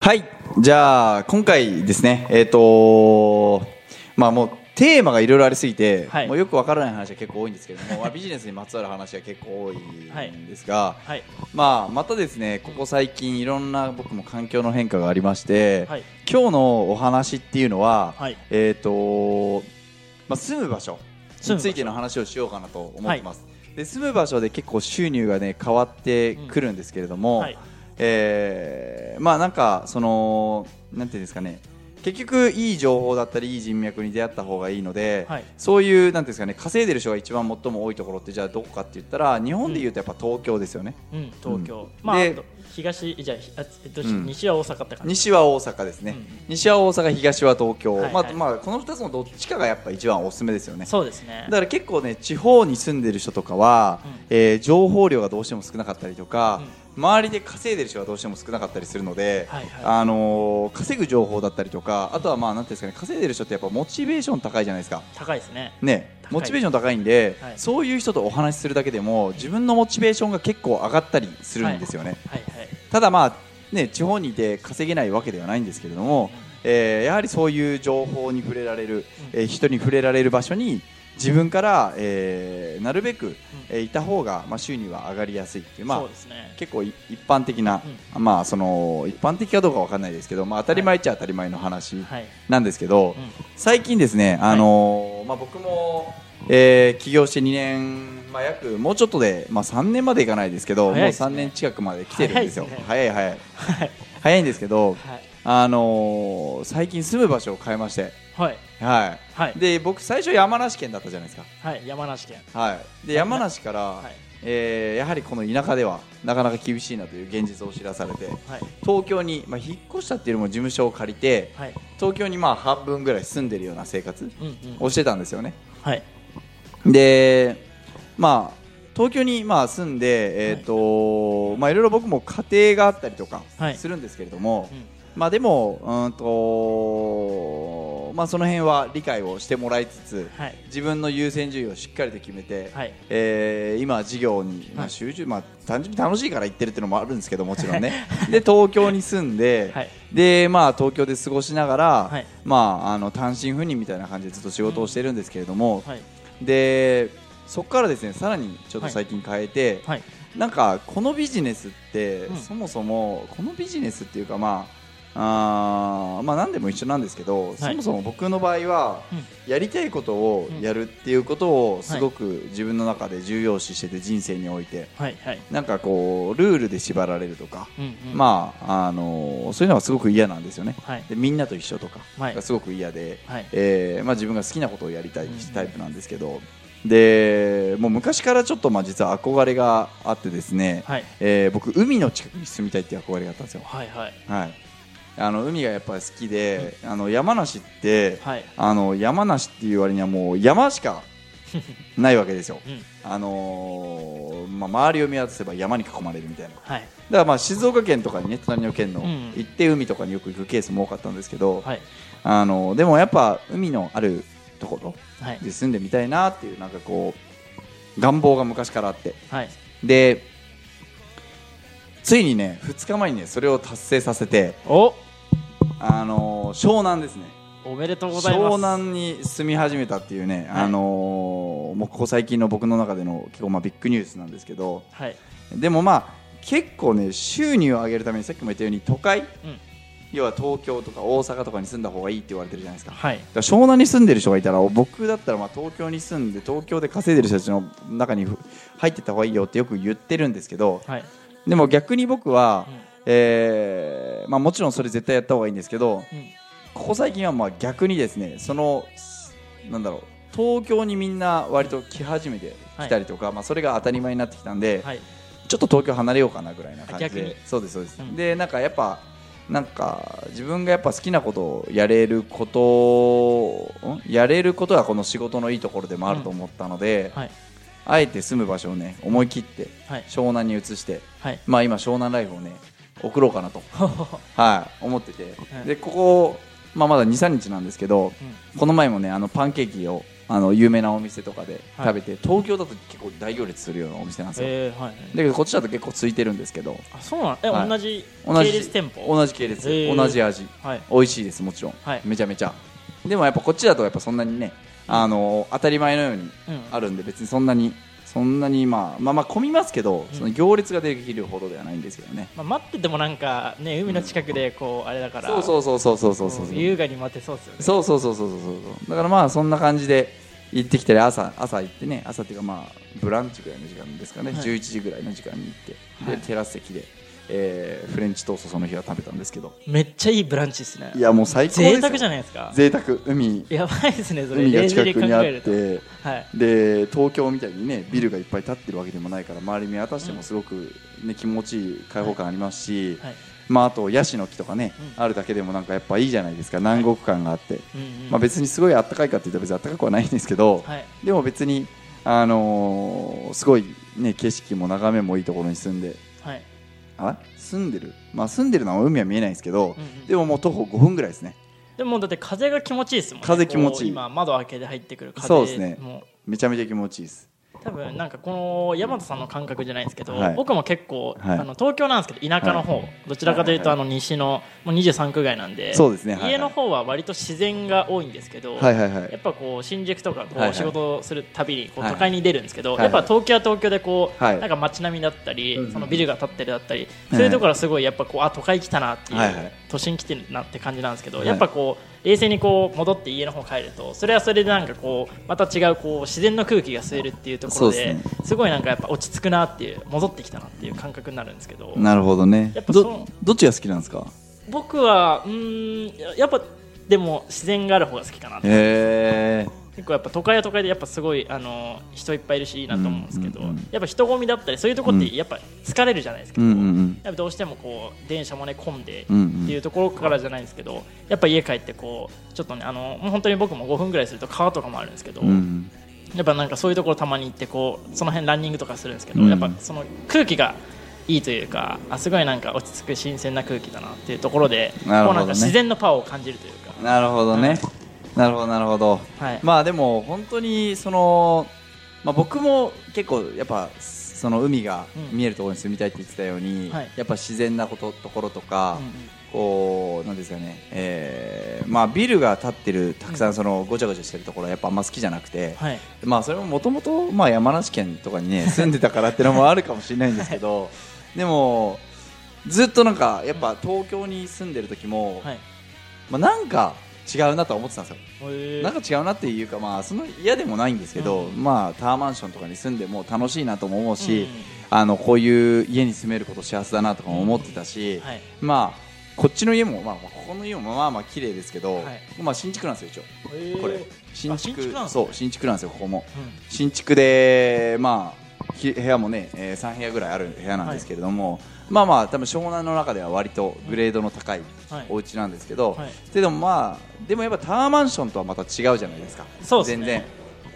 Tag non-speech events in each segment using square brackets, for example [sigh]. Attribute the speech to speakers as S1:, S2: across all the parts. S1: はい。じゃあ、今回ですね、えっ、とまあもう、テーマがいろいろありすぎて、
S2: はい
S1: もうよくわからない話が結構多いんですけども、まあビジネスにまつわる話が結構多いんですが、
S2: はい
S1: まあまたですね、ここ最近いろんな僕も環境の変化がありまして、
S2: はい
S1: 今日のお話っていうのは、
S2: はい
S1: えっ、とまあ住む場所についての話をしようかなと思ってます。で住む場所で結構収入がね変わってくるんですけれども、
S2: うんはい
S1: えーまあなんかそのなんていうんですかね結局いい情報だったりいい人脈に出会った方がいいので、
S2: はい
S1: そういうなんていうんですかね稼いでる人が一番最も多いところってじゃあどこかって言ったら日本で言うとやっぱ東京ですよね、
S2: うん、東京、
S1: うん
S2: まあ
S1: で
S2: あと東じゃあ、あえっと
S1: ん
S2: 西は大阪って感じ
S1: 西は大阪ですね、西は大阪東は東京、
S2: はい
S1: ま
S2: は
S1: あ
S2: い
S1: まあこの2つのどっちかがやっぱ一番おすすめですよね
S2: そうですね
S1: だから結構ね地方に住んでる人とかは、
S2: う
S1: えー情報量がどうしても少なかったりとか、周りで稼いでる人がどうしても少なかったりするので、
S2: はいはい
S1: あのー稼ぐ情報だったりとかあとはまあなんていうんですかね稼いでる人ってやっぱモチベーション高いじゃないですか。
S2: 高いですね
S1: ね、
S2: 高い
S1: モチベーション高いんで、
S2: はい
S1: そういう人とお話しするだけでも自分のモチベーションが結構上がったりするんですよね、
S2: はいはい
S1: ただまあね地方にいて稼げないわけではないんですけれども、えーやはりそういう情報に触れられる、えー人に触れられる場所に自分から、えーなるべく、えーいた方が、まあ、収入は上がりやすいっていう、まあ
S2: そうですね
S1: 結構い一般的な、まあその一般的かどうかわかんないですけど、まあ、当たり前っちゃ当たり前の話
S2: はい
S1: なんですけど、
S2: ん
S1: 最近ですね、あのーまあ、僕も、えー起業して2年、まあ、約もうちょっとで、まあ、3年までいかないですけど
S2: 早いです
S1: も
S2: ね
S1: う3年近くまで来てるんですよ早
S2: 早
S1: い早い
S2: はい
S1: 早いんですけど、
S2: はい
S1: あのー最近住む場所を変えまして、
S2: はい
S1: はい
S2: はい
S1: で僕最初山梨県だったじゃないですか
S2: はい山梨県
S1: はい、で山梨から、
S2: い
S1: えーやはりこの田舎ではなかなか厳しいなという現実を知らされて、
S2: はい
S1: 東京に、まあ、引っ越したっていうよりも事務所を借りて、
S2: はい
S1: 東京にまあ半分ぐらい住んでるような生活
S2: うんうん
S1: をしてたんですよね。
S2: はい
S1: で、まあ、東京にまあ住んで、えーとまあ、いろいろ僕も家庭があったりとか
S2: はい
S1: するんですけれども、
S2: うん
S1: まあ、でも、うーんとまあ、その辺は理解をしてもらいつつ、
S2: はい
S1: 自分の優先順位をしっかりと決めて、
S2: はい
S1: えー今、事業に、ま
S2: は
S1: あ、
S2: い
S1: 集中、まあ、単純に楽しいから行ってるっていうのもあるん
S2: [laughs]
S1: ですけどもちろんねで東京に住んで、
S2: はい
S1: でまあ、東京で過ごしながら、
S2: はい
S1: まあ、あの単身赴任みたいな感じでずっと仕事をしてるんですけれども、
S2: はい
S1: でそこからですねさらにちょっと最近変えて、
S2: はい
S1: なんかこのビジネスって、
S2: うん
S1: そもそもこのビジネスっていうかまああーまあ何でも一緒なんですけど、そもそも僕の場合は、やりたいことをやるっていうことをすごく自分の中で重要視してて人生において
S2: はいはい
S1: なんかこうルールで縛られるとか、
S2: うんうん
S1: まああのそういうのはすごく嫌なんですよね、
S2: はい
S1: でみんなと一緒とか
S2: はい
S1: がすごく嫌で、
S2: はい
S1: えーまあ、自分が好きなことをやりたいタイプなんですけど、でもう昔からちょっとまあ実は憧れがあってですね、
S2: はい
S1: えー僕海の近くに住みたいっていう憧れがあったんですよ、
S2: はいはい
S1: はい、あの海がやっぱり好きで、あの山梨って、
S2: はい
S1: あの山梨っていう割にはもう山しかないわけですよ、
S2: うん
S1: あのーまあ、周りを見渡せば山に囲まれるみたいな
S2: はい
S1: だからまあ静岡県とかにね隣の県の
S2: うん
S1: 行って海とかによく行くケースも多かったんですけど、
S2: はい
S1: あのでもやっぱ海のあるところ
S2: はい
S1: で住んでみたいなっていうなんかこう願望が昔からあって
S2: はい
S1: でついにね2日前にねそれを達成させて
S2: お
S1: あの湘南ですね
S2: おめでとうございます
S1: 湘南に住み始めたっていうね、
S2: はい
S1: あのもうここ最近の僕の中での結構まあビッグニュースなんですけど
S2: はい
S1: でもまあ結構ね収入を上げるためにさっきも言ったように都会
S2: うん
S1: 要は東京とか大阪とかに住んだ方がいいって言われてるじゃないですか
S2: はい
S1: だから湘南に住んでる人がいたら僕だったらまあ東京に住んで東京で稼いでる人たちの中にふ入ってった方がいいよってよく言ってるんですけど
S2: はい
S1: でも逆に僕は、
S2: うん
S1: えーまあ、もちろんそれ絶対やった方がいいんですけど
S2: うん
S1: ここ最近はまあ逆にですねそのすなんだろう東京にみんな割と来始めてきたりとか、まあ、それが当たり前になってきたんで、
S2: はい
S1: ちょっと東京離れようかなぐらいな感じ
S2: 逆
S1: で
S2: に
S1: そうですそうです、
S2: うん
S1: でなんかやっぱなんか自分がやっぱ好きなことをやれることをんやれることがこの仕事のいいところでもあると思ったので、
S2: はい
S1: あえて住む場所をね思い切って
S2: はい
S1: 湘南に移して、 [laughs]
S2: はい
S1: まあ今湘南ライフをね送ろうかなと、はい、思ってて、
S2: はい
S1: でここ、まあ、まだ23日なんですけど、
S2: うん
S1: この前もねあのパンケーキをあの有名なお店とかで
S2: はい
S1: 食べて、東京だと結構大行列するようなお店なんですよ、
S2: えー、はい
S1: だけどこっちだと結構空いてるんですけど
S2: あそうなのえ、
S1: はい
S2: 同じ
S1: 同じ
S2: 系列店舗
S1: 同じ系列、
S2: えー
S1: 同じ味
S2: はい
S1: 美味しいですもちろん、
S2: はい
S1: めちゃめちゃでもやっぱこっちだとやっぱそんなにねあの当たり前のように
S2: うん
S1: あるんで別にそんなにそんなにまあまあまあ混みますけど、
S2: うん
S1: その行列ができるほどではないんですけどね
S2: まあ、待っててもなんかね海の近くでこうあれだから
S1: そうそうそうそうそうそうそう
S2: こう優雅に待てそうですよね
S1: そうそうそうそうそうそうだからまあそんな感じで行ってきたり朝朝行ってね朝っていうかまあブランチぐらいの時間ですかね、
S2: はい
S1: 11時ぐらいの時間に行ってで、
S2: はい
S1: テラス席で、えーフレンチトーストその日は食べたんですけど
S2: めっちゃいいブランチですね
S1: いやもう最高ですよ
S2: 贅沢じゃないですか
S1: 贅沢海
S2: やばいですねそれ
S1: 海が
S2: 冷静
S1: 近
S2: に
S1: く
S2: 考
S1: にあ
S2: え
S1: っ
S2: ると
S1: て
S2: はい
S1: で東京みたいにねビルがいっぱい建ってるわけでもないから周り見渡してもすごく、ね、気持ちいい開放感ありますし、
S2: はい
S1: まあ、あとヤシの木とかね、
S2: うん
S1: あるだけでもなんかやっぱいいじゃないですか南国感があって、
S2: うんうん
S1: まあ、別にすごい暖かいかっていうと別に暖かくはないんですけど、
S2: はい
S1: でも別に、あのーすごい、ね、景色も眺めもいいところに住んで
S2: はい
S1: あ住んでる、まあ、住んでるのは海は見えないんですけど、
S2: うんうん
S1: でももう徒歩5分ぐらいですね
S2: でもだって風が気持ちいいですもんね
S1: 風気持ちいい
S2: こう今窓開けて入ってくる風
S1: そうですね
S2: も
S1: めちゃめちゃ気持ちいいです
S2: 多分なんかこの大和さんの感覚じゃないですけど、
S1: はい
S2: 僕も結構、
S1: はい
S2: あの東京なんですけど田舎の方、どちらかというとあの西のもう23区外なんで
S1: そうですねはいはい
S2: 家の方は割と自然が多いんですけど、
S1: はいはいはい
S2: やっぱこう新宿とかこ
S1: はいは
S2: う
S1: い
S2: 仕事するたびにこう
S1: はい
S2: 都会に出るんですけど、
S1: はいはい
S2: やっぱ東京は東京でこう、
S1: はい
S2: なんか街並みだったり、
S1: うん
S2: そのビルが建ってるだったり、そういうところはすごいやっぱこうあ都会来たなっていう、
S1: はいはい
S2: 都心来てるなって感じなんですけど、
S1: はい
S2: やっぱこう冷静にこう戻って家の方帰るとそれはそれでなんかこうまた違うこう自然の空気が吸えるっていうところで,、
S1: そうですすね
S2: ごいなんかやっぱ落ち着くなっていう戻ってきたなっていう感覚になるんですけど
S1: なるほどね
S2: やっぱそ
S1: ど
S2: の
S1: どっちが好きなんですか
S2: 僕はうーんやっぱでも自然がある方が好きかなって
S1: へえ
S2: 結構やっぱ都会は都会でやっぱすごいあの人いっぱいいるしいいなと思うんですけど、
S1: うんうんうん
S2: やっぱ人混みだったりそういうとこってやっぱ疲れるじゃないですか、
S1: うんうんうん
S2: やっぱどうしてもこう電車もね混んでって
S1: うんうん
S2: いうところからじゃないんですけどやっぱ家帰ってこうちょっとねあのもう本当に僕も5分ぐらいすると川とかもあるんですけど、
S1: うん
S2: やっぱなんかそういうところたまに行ってこうその辺ランニングとかするんですけど、
S1: うん
S2: やっぱその空気がいいというかあすごいなんか落ち着く新鮮な空気だなっていうところで
S1: なるほどね
S2: こうなんか自然のパワーを感じるというか
S1: なるほどね、なるほどなるほど
S2: はい、
S1: まあでも本当にその、まあ、僕も結構やっぱその海が見えるところに住みたいって言ってたように、
S2: はい
S1: やっぱ自然なことところとか、
S2: うんうん
S1: こうなんですかね、えーまあ、ビルが建ってるたくさんそのごちゃごちゃしてるところはやっぱあんま好きじゃなくて、
S2: はい
S1: まあそれももともとまあ山梨県とかにね [laughs] 住んでたからってのもあるかもしれないんですけどでもずっとなんかやっぱ東京に住んでる時も、
S2: はい
S1: まあ、なんか違うなとは思ってたんですよ
S2: へー
S1: なんか違うなっていうか、まあ、その嫌でもないんですけど、
S2: う
S1: まあ、タワーマンションとかに住んでも楽しいなとも思うし、
S2: うん
S1: あのこういう家に住めること幸せだなとかも思ってたし、
S2: はい
S1: まあ、こっちの家も、まあ、ここの家もまあまあ綺麗ですけど、
S2: はい
S1: まあ、新築なんですよ一応これ新
S2: 新
S1: 築
S2: 築なんですね
S1: そう新築なんですよここも
S2: うん
S1: 新築で、まあ、ひ部屋もね、え3部屋ぐらいある部屋なんですけれども、まあまあ多分湘南の中では割とグレードの高い
S2: はい
S1: お家なんですけど、
S2: はい
S1: でもまあでもやっぱタワーマンションとはまた違うじゃないですか
S2: そうです
S1: 全
S2: ね
S1: 然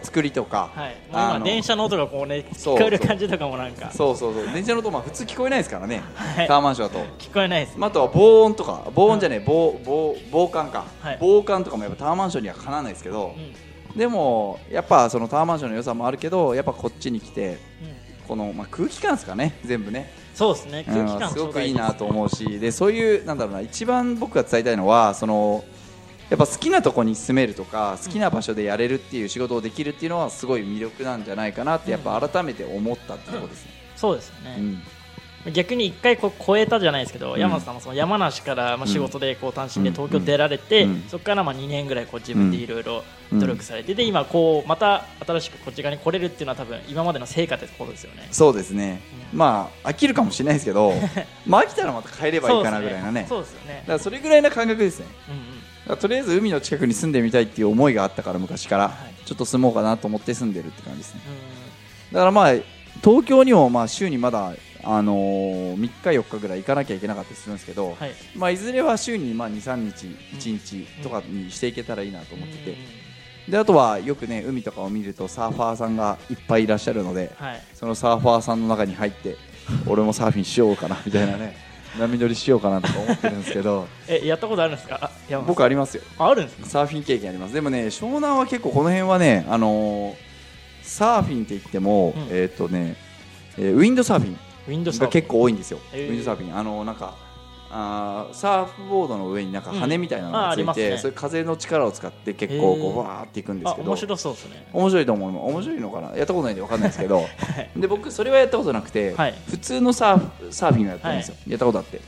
S1: 作りとか、
S2: はい、もう
S1: あ
S2: 今
S1: の
S2: 電車の音がこうね
S1: そう
S2: 聞こえる感じとかもなんか
S1: そうそうそう電車の音まあ普通聞こえないですからね、
S2: はい
S1: タワーマンションだと。
S2: 聞こえないです、
S1: まあ、あとは防音とか防音じゃねえ、防防防寒か、
S2: はい
S1: 防寒とかもやっぱタワーマンションにはかなわないですけど
S2: うん、うん
S1: でもやっぱそのタワーマンションの良さもあるけどやっぱこっちに来てこの、まあ、空気感ですかね全部ね
S2: そうですね空気
S1: うん
S2: 感
S1: すご
S2: ちょ
S1: く
S2: うど
S1: いい
S2: です
S1: なと思うしでそういうなんだろうな一番僕が伝えたいのはそのやっぱ好きなとこに住めるとか好きな場所でやれるっていう仕事をできるっていうのはすごい魅力なんじゃないかなってやっぱ改めて思ったってことですね。
S2: そうですよね、
S1: うん
S2: 逆に一回こう超えたじゃないですけど、
S1: うん
S2: 山田さんもその山梨からまあ仕事でこう単身で
S1: うん
S2: 東京出られて、
S1: うん
S2: そこからまあ2年ぐらいこう自分でいろいろ
S1: うん
S2: 努力されて、で今こうまた新しくこっち側に来れるっていうのは多分今までの成果ってことですよね。
S1: そうですね、
S2: うん
S1: まあ飽きるかもしれないですけ
S2: [laughs]
S1: どまあ飽きたらまた帰ればいいかなぐらいのね
S2: そうですよね
S1: だ。からそれぐらいな感覚ですね
S2: うんうん
S1: だからとりあえず海の近くに住んでみたいっていう思いがあったから昔から、
S2: はい
S1: ちょっと住もうかなと思って住んでるって感じですね
S2: う
S1: だからまあ東京にもまあ週にまだ、あのー、3日4日ぐらい行かなきゃいけなかったりするんですけど、
S2: んはい。
S1: まあ、いずれは週にまあ23日1日とかにしていけたらいいなと思ってて、
S2: うん
S1: であとはよくね海とかを見るとサーファーさんがいっぱいいらっしゃるので
S2: はい。
S1: そのサーファーさんの中に入って俺もサーフィンしようかなみたいなね波乗りしようかなとか思ってるんですけ
S2: [laughs]
S1: ど
S2: えやったことあるんですかあ山本
S1: 僕ありますよ
S2: さんああるんですか
S1: サーフィン経験ありますでもね湘南は結構この辺はね、あのーサーフィンって言っても、
S2: うん
S1: えーっ、とね、えーウィンドサーフィン
S2: ウィンドウサー
S1: が
S2: フィン
S1: 結構多いんですよ、
S2: へー
S1: ウィンドサーフィンあのなんかあーサーフボードの上になんか羽みたいなの
S2: うんあーあ
S1: がつ
S2: り
S1: い
S2: ます
S1: て、
S2: ね
S1: それ風の力を使って結構こ
S2: へー
S1: うわーっていくんで
S2: あ
S1: すけど
S2: 面白そうですね
S1: 面白いと思う面白いのかなやったことないんで分かんないですけどで僕それはやったことなくて、
S2: はい
S1: 普通のサーフサーフィンをやったんですよ、やったことあってだか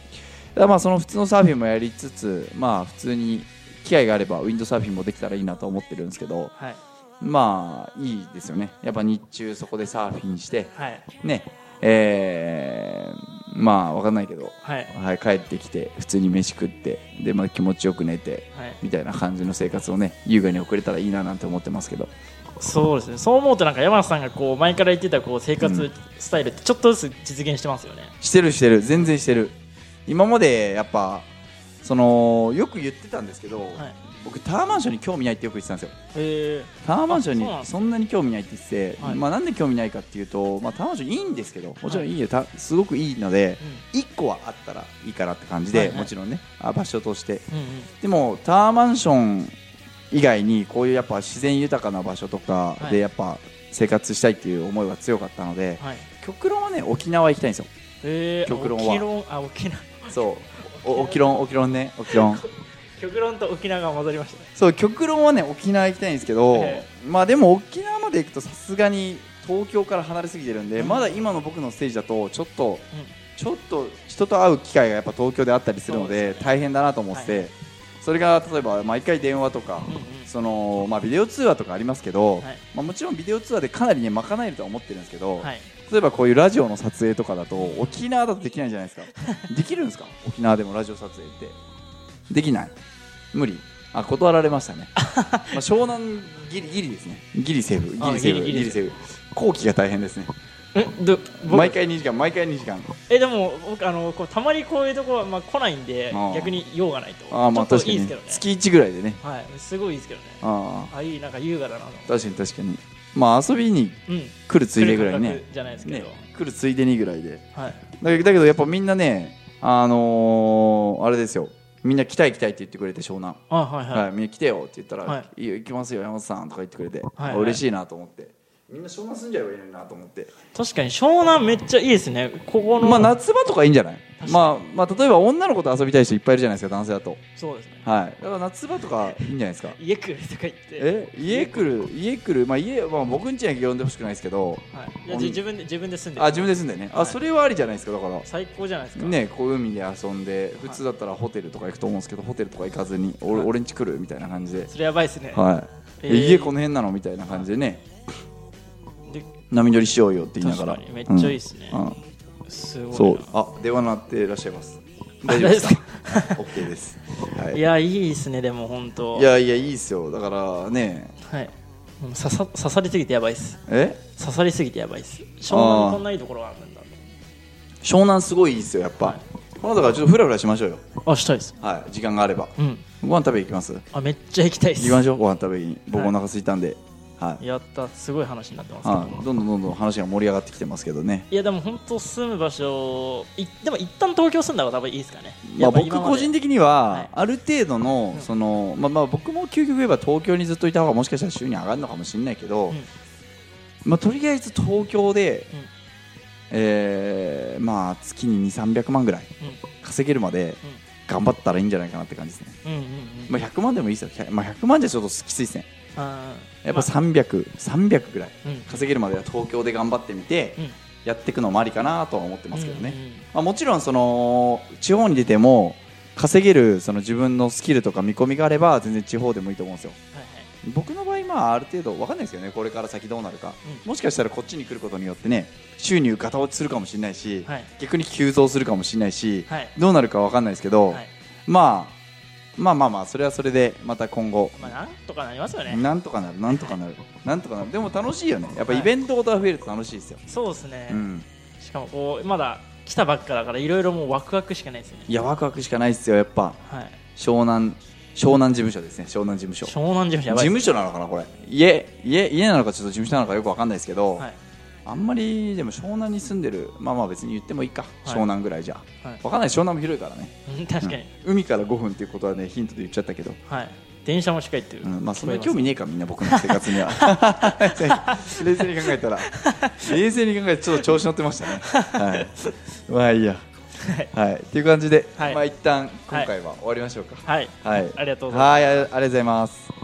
S1: らまあその普通のサーフィンもやりつつまあ普通に機会があればウィンドサーフィンもできたらいいなと思ってるんですけど
S2: はい
S1: まあいいですよねやっぱ日中そこでサーフィンして
S2: はい
S1: ねえーまあ分かんないけど、
S2: はい
S1: はい、帰ってきて普通に飯食ってで、まあ、気持ちよく寝て
S2: はい
S1: みたいな感じの生活をね優雅に送れたらいいななんて思ってますけど
S2: そうですねそう思うとなんか山田さんがこう前から言ってたこう生活スタイルってちょっとずつ実現してますよね、
S1: してるしてる全然してる今までやっぱそのよく言ってたんですけど、
S2: はい
S1: 僕タワーマンションに興味ないってよく言ってたんですよ
S2: え
S1: タワーマンション
S2: あそうなんで
S1: に
S2: す
S1: そんなに興味ないって言ってて、
S2: はい
S1: まあ、なんで興味ないかっていうと、まあ、タワーマンションいいんですけどもちろんいいよ、たすごくいいので1個はあったらいいからって感じで、
S2: はいはい
S1: もちろんねあ場所として
S2: うんうんうん
S1: でもタワーマンション以外にこういうやっぱ自然豊かな場所とか
S2: はい
S1: でやっぱ生活したいっていう思いが強かったので、
S2: はい
S1: 極論はね沖縄行きたいんですよ
S2: えー、
S1: 極論は
S2: 沖論あ沖縄
S1: そう、お沖論、沖論ね、沖論。
S2: 極論と沖縄が混ざりましたね
S1: そう、極論はね、沖縄行きたいんですけど
S2: え、
S1: まあ、でも沖縄まで行くと、さすがに東京から離れすぎてるんで、
S2: うん
S1: まだ今の僕のステージだと、ちょっと。
S2: うん
S1: ちょっと人と会う機会がやっぱ東京であったりするの
S2: そうで
S1: で、
S2: すね
S1: 大変だなと思ってて。それが例えば毎回電話とか、
S2: うんうん
S1: そのまあ、ビデオ通話とかありますけど、
S2: はい
S1: まあ、もちろんビデオ通話でかなり、ね、賄えるとは思ってるんですけど、
S2: はい
S1: 例えばこういうラジオの撮影とかだと沖縄だとできないじゃないですか [laughs] できるんですか沖縄でもラジオ撮影ってできない無理あ断られました
S2: [laughs]
S1: ねまあ湘南ギリギリですねギリセーフギ
S2: あ
S1: リセーフ
S2: ギリギリ
S1: ギリセーフ後期が大変ですね
S2: えど僕
S1: 毎回2時間毎回2時間
S2: えでも僕あのこうたまにこういうとこはまあ来ないんで
S1: あー
S2: 逆に用がないと
S1: ああまあ
S2: ちょっ
S1: 確
S2: と
S1: か
S2: いい
S1: に
S2: です
S1: ね
S2: けどね
S1: 月1ぐらいでね
S2: はいすごいいいですけどね
S1: あ
S2: あいいなんか優雅だなと
S1: あ確かに確かにまあ遊びに
S2: うん
S1: 来るついでぐらい
S2: 来る
S1: ね
S2: 感覚じゃないですけ
S1: ね
S2: ど、
S1: 来るついでにぐらいで
S2: はい
S1: だけどだけどやっぱみんなねあのーあれですよみんな来たい来たいって言ってくれて湘南
S2: あはいはい、
S1: はい、みんな来てよって言ったら、、
S2: はい
S1: いよ行きますよ山本さんとか言ってくれて、
S2: はい
S1: あ嬉しいなと思ってみんな湘南住んじゃえばいいのになと思って、
S2: 確かに湘南めっちゃいいですねここの、
S1: まあ夏場とかいいんじゃない
S2: 確かに
S1: まあ、まあ例えば女の子と遊びたい人いっぱいいるじゃないですか男性だと
S2: そうですね
S1: はいだから夏場とかいいんじゃないですか
S2: 家来るとか言って
S1: え家来る家来るまあ家まあ僕ん家には呼んでほしくないですけど
S2: はい、いやじ自分で自分で住んでる
S1: あ自分で住んでね、
S2: は
S1: あ
S2: い
S1: それはありじゃないですかだから
S2: 最高じゃないですか
S1: ねこう海で遊んで普通だったらホテルとか行くと思うんですけどホテルとか行かずに俺
S2: はい
S1: 俺ん家来るみたいな感じで、
S2: それやばいですね、
S1: はい、え
S2: えー
S1: 家この辺なのみたいな感じでね
S2: で
S1: 波乗りしようよって言いながら
S2: 確かにめっちゃいいっすね
S1: うんうん
S2: すごいな
S1: そうあ電話鳴っていらっしゃいます
S2: あ
S1: 大丈夫です [laughs] か
S2: [laughs] 大
S1: OK です、はい、
S2: いやいいですねでも本当
S1: いやいやいいっすよだからね
S2: はいもう刺さ刺さりすぎてやばいっす
S1: え
S2: 刺さりすぎてやばいっす湘
S1: あ
S2: 南
S1: ー
S2: こんないいところがあるんだ
S1: 湘南すごいいいっすよやっぱ、このだからちょっとフラフラしましょうよ
S2: あしたいっす
S1: はい時間があれば
S2: うん
S1: ご飯食べ行きます行
S2: あめっちゃ行きたいっす
S1: きましょうご飯食べに僕
S2: はい
S1: お腹空いたんではい、
S2: やったすごい話になってますけど
S1: はい、どんどんどんどん話が盛り上がってきてますけどね
S2: いやでも本当住む場所いでも一旦東京住んだ方が多分いいですかね、
S1: まあ、僕個人
S2: 的
S1: 的には、
S2: はい
S1: ある程度の,、
S2: うん
S1: そのまあ、まあ僕も究極言えば東京にずっといた方がもしかしたら収入上がるのかもしれないけど、
S2: うん
S1: まあ、とりあえず東京で、
S2: うん
S1: えーまあ、月に2300万ぐらい稼げるまで頑張ったらいいんじゃないかなって感じですね、
S2: うんうんうんうん
S1: まあ、100万でもいいですよ、100まあ、100万じゃちょっときついですね
S2: あー
S1: やっぱ300、300ぐらい
S2: まあうん
S1: 稼げるまでは東京で頑張ってみて、
S2: うん
S1: やっていくのもありかなとは思ってますけどね、
S2: うんうん
S1: まあ、もちろんその地方に出ても稼げるその自分のスキルとか見込みがあれば全然地方でもいいと思うんですよ
S2: はいはい
S1: 僕の場合まあある程度分かんないですけどねこれから先どうなるか、
S2: う
S1: もしかしたらこっちに来ることによってね収入ガタ落ちするかもしれないし、
S2: はい
S1: 逆に急増するかもしれないし、
S2: はい
S1: どうなるか分かんないですけど、
S2: はい
S1: まあまあまあまあそれはそれでまた今後
S2: まあなんとかなりますよね
S1: なんとかなるなんとかなるなんとかなるでも楽しいよねやっぱ
S2: は
S1: イ
S2: い
S1: ベントごとが増えると楽しいですよ、
S2: そうですね、
S1: うん
S2: しかもこうまだ来たばっかだからいろいろもうワクワクしかないですよね
S1: いやワクワクしかないですよやっぱ
S2: はい
S1: 湘南湘南事務所ですね湘南事務所
S2: 湘南事務所
S1: 事
S2: やばいっ
S1: 務
S2: す
S1: 所なのかなこれ家家家なのかちょっと事務所なのかよくわかんないですけど、
S2: はい
S1: あんまりでも湘南に住んでるまあまあ別に言ってもいいか、
S2: はい
S1: 湘南ぐらいじゃ、
S2: はい
S1: わかんない湘南も広いからね
S2: うん確かに、
S1: うん海から5分っていうことはねヒントで言っちゃったけど、
S2: はい電車も近いっていう、
S1: うん、まあそんな
S2: 聞こえす
S1: 興味ねえかみんな僕の生活には
S2: [laughs]
S1: 冷静に考えたら冷静に考えてちょっと調子乗ってましたねはいまあいいやはいっていう感じで、
S2: はい
S1: まあ一旦今回は終わりましょうか
S2: はい
S1: はい、はい、
S2: ありがとうございます
S1: はいありがとうございます